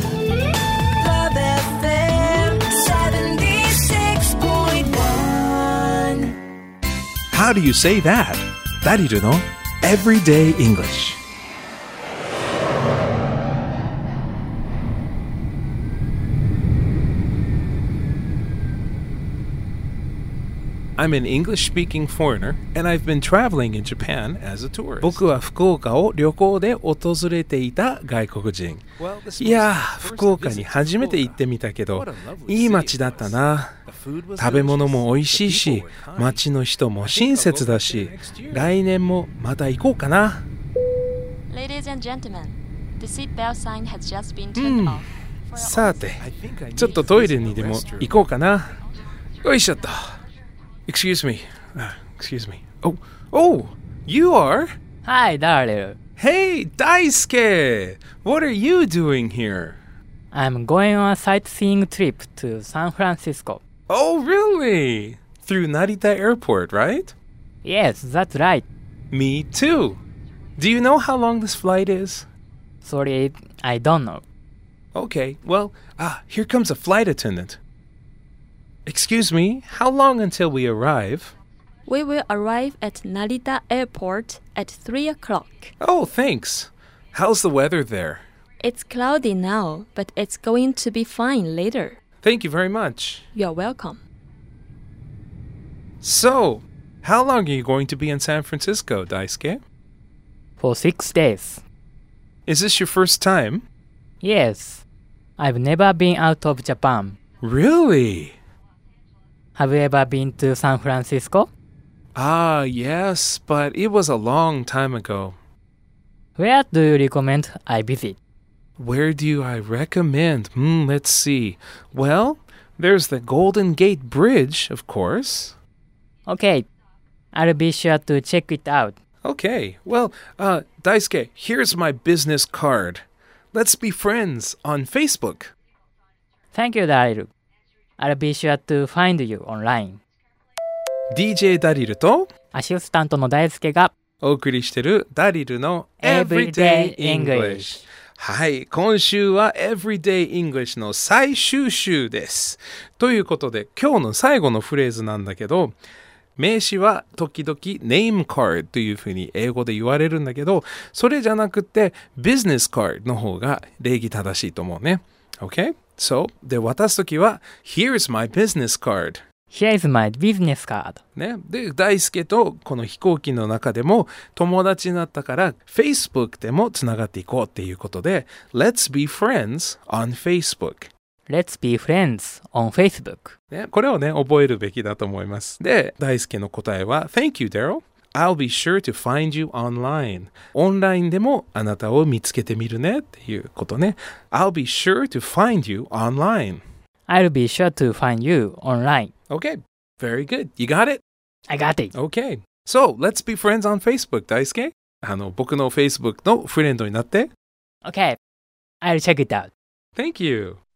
Club FM 76.1. How do you say that? ダリルの Everyday English 僕は福岡を旅行で訪れていた外国人。いいややー、ー、福福岡岡にに初初めめてて行行っっててみみたたけけどど、いいいい街街だだっったたなな。食食べべ物物もも美美味味ししいいしし、街街のの人人もも親親切切だだしし、来年もまた行こうかな Ladies and gentlemen, the seatbelt sign has just been うん turned off. さてちちょょっっととトトイイレレににででもも行行ここうかなよいしょっと Excuse me Ah, Excuse me Oh Oh You are Hi, Daryl. Hey Daisuke What are you doing here I'm going on a sightseeing trip to San Francisco. Oh really Through Narita Airport right Yes, that's right. Me too Do you know how long this flight is Sorry, I don't know. Okay, well, ah, here comes a flight attendant. Excuse me, how long until we arrive? We will arrive at Narita Airport at 3 o'clock. Oh, thanks. How's the weather there? It's cloudy now, but it's going to be fine later. Thank you very much. You're welcome. So, how long are you going to be in San Francisco, Daisuke? For six days. Is this your first time? Yes. I've never been out of Japan. Really? Have you ever been to San Francisco? Ah, yes, but it was a long time ago. Where do you recommend I visit? Where do I recommend? Hmm, let's see. Well, there's the Golden Gate Bridge, of course. Okay. I'll be sure to check it out. Okay. Well, uh, Daisuke, here's my business card. Let's be friends on Facebook. Thank you, Daryl. I'll be sure to find you online. DJ ダリルとアシスタントの大輔がお送りしてるダリルの Everyday English はい。今週は Everyday English の最終週です。ということで、今日の最後のフレーズなんだけど、名詞は時々 name card というふうに英語で言われるんだけど、それじゃなくて business card の方が礼儀正しいと思うね。OK? So, で、渡すときは Here's my business card. Here is my business card. ね、で大輔とこの飛行機の中でも友達になったから Facebook でもつながっていこうっていうことで Let's be friends on Facebook、 Let's be friends on Facebook. ね、これをね覚えるべきだと思いますで大輔の答えは Thank you Daryl I'll be sure to find you online オンラインでもあなたを見つけてみるねっていうことね I'll be sure to find you online I'll be sure to find you online. OK very good you got it I got it. Okay. So, let's be friends on Facebook, 大輔。あの、僕の Facebook のフレンドになって。 Okay. I'll check it out. Thank you.